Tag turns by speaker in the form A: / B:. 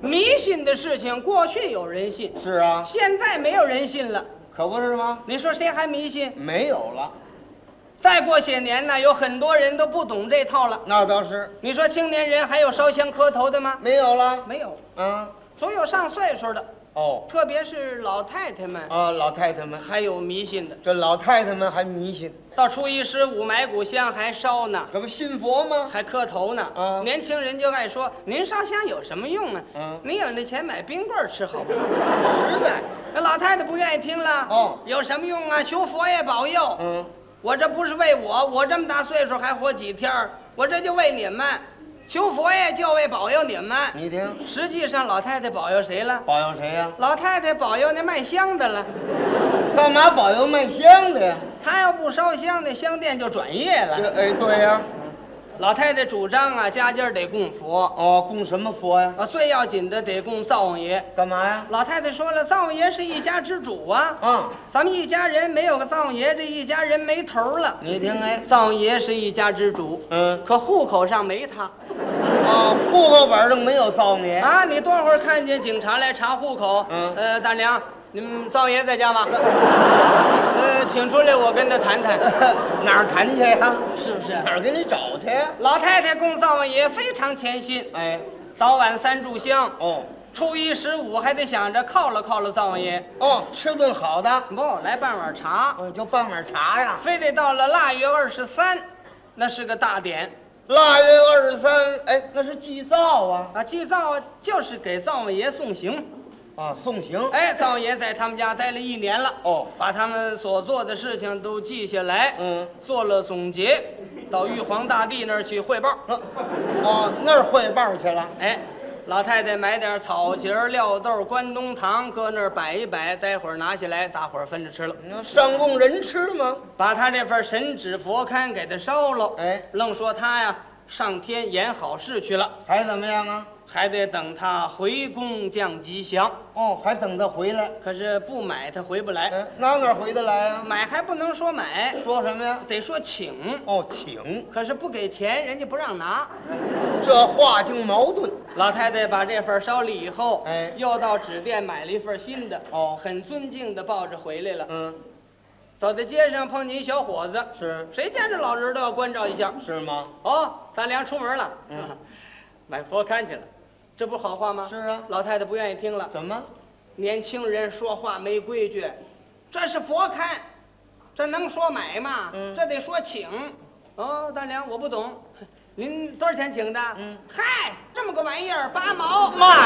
A: 迷信的事情，过去有人信，
B: 是啊，
A: 现在没有人信了。
B: 可不是吗？
A: 你说谁还迷信？
B: 没有了，
A: 再过些年呢，有很多人都不懂这套了。
B: 那倒是
A: 你说青年人还有烧香磕头的吗？
B: 没有了。
A: 没有，
B: 啊，
A: 总有上岁数的，
B: 哦，
A: 特别是老太太们，
B: 啊，老太太们，
A: 还有迷信的，
B: 这老太太们还迷信，
A: 到初一十五买股香还烧呢。
B: 可不信佛吗？
A: 还磕头呢，
B: 啊
A: 年轻人就爱说：“您烧香有什么用啊？
B: 嗯
A: 您有那钱买冰棍儿吃好不好？”
B: 实在，
A: 那老太太不愿意听了。
B: 哦
A: 有什么用啊？求佛爷保佑。
B: 嗯，
A: 我这不是为我，我这么大岁数还活几天儿我这就为你们，求佛爷就为保佑你们。
B: 你听，
A: 实际上，老太太保佑谁了？
B: 保佑谁呀、
A: 老太太保佑那卖香的了。
B: 干嘛保佑卖香的呀？
A: 她要不烧香，那香店就转业了。
B: 这哎，对呀、
A: 老太太主张啊，家家得供佛，
B: 哦，供什么佛呀？
A: 啊，最要紧的得供灶王爷。
B: 干嘛呀？
A: 老太太说了，灶王爷是一家之主啊，
B: 啊，
A: 咱们一家人没有个灶王爷，这一家人没头儿了。
B: 你听哎，
A: 灶王爷是一家之主，
B: 嗯，
A: 可户口上没他
B: 啊，户口本上没有造孽，
A: 啊！你多会儿看见警察来查户口？
B: 哎嗯
A: 呃，大娘，你们灶爷在家吗？呃，请出来，我跟他谈谈，
B: 嗯哪儿谈去呀？
A: 是不是？
B: 哪儿给你找去呀？
A: 老太太供灶王爷非常虔心，
B: 哎，
A: 早晚三炷香，
B: 哦，
A: 初一十五还得想着犒劳犒劳灶王爷。
B: 哦，吃顿好的，
A: 不，来半碗茶，
B: 哦，就傍晚茶呀。
A: 非得到了腊月二十三，那是个大典
B: 腊月二十三，哎，那是祭灶啊，
A: 啊！祭灶就是给灶王爷送行。
B: 啊，送行。
A: 哎，灶王爷在他们家待了一年了，
B: 哦，
A: 把他们所做的事情都记下来，
B: 嗯，
A: 做了总结，到玉皇大帝那儿去汇报。
B: 那，哦，那儿汇报去了。
A: 哎，老太太买点草节儿、料豆、关东糖，搁那儿摆一摆，待会儿拿下来，大伙儿分着吃了。
B: 那上供人吃吗？
A: 把他这份神纸佛龛给他烧了，
B: 哎
A: 愣说他呀上天演好事去了，
B: 还怎么样啊？
A: 还得等他回宫降吉祥。
B: 哦，还等他回来。
A: 可是不买他回不来，
B: 哎，那哪儿回得来啊？
A: 买还不能说买，
B: 说什么呀？
A: 得说请。
B: 哦，请，
A: 可是不给钱，人家不让拿。
B: 这话竟矛盾。
A: 老太太把这份烧了以后，
B: 哎
A: 又到纸店买了一份新的，
B: 哦
A: 很尊敬的抱着回来了。
B: 嗯，
A: 走在街上碰见一小伙子，
B: 是
A: 谁见着老人都要关照一下。
B: 是吗？
A: 哦，咱俩出门了，
B: 嗯
A: 买佛龛去了，这不好话吗？
B: 是啊
A: 老太太不愿意听了，
B: 怎么？
A: 年轻人说话没规矩，这是佛龛，这能说买吗？
B: 嗯
A: 这得说请。哦， 大娘，我不懂，您多少钱请的？
B: 嗯
A: 嗨，这么个玩意儿八毛，
B: 嘛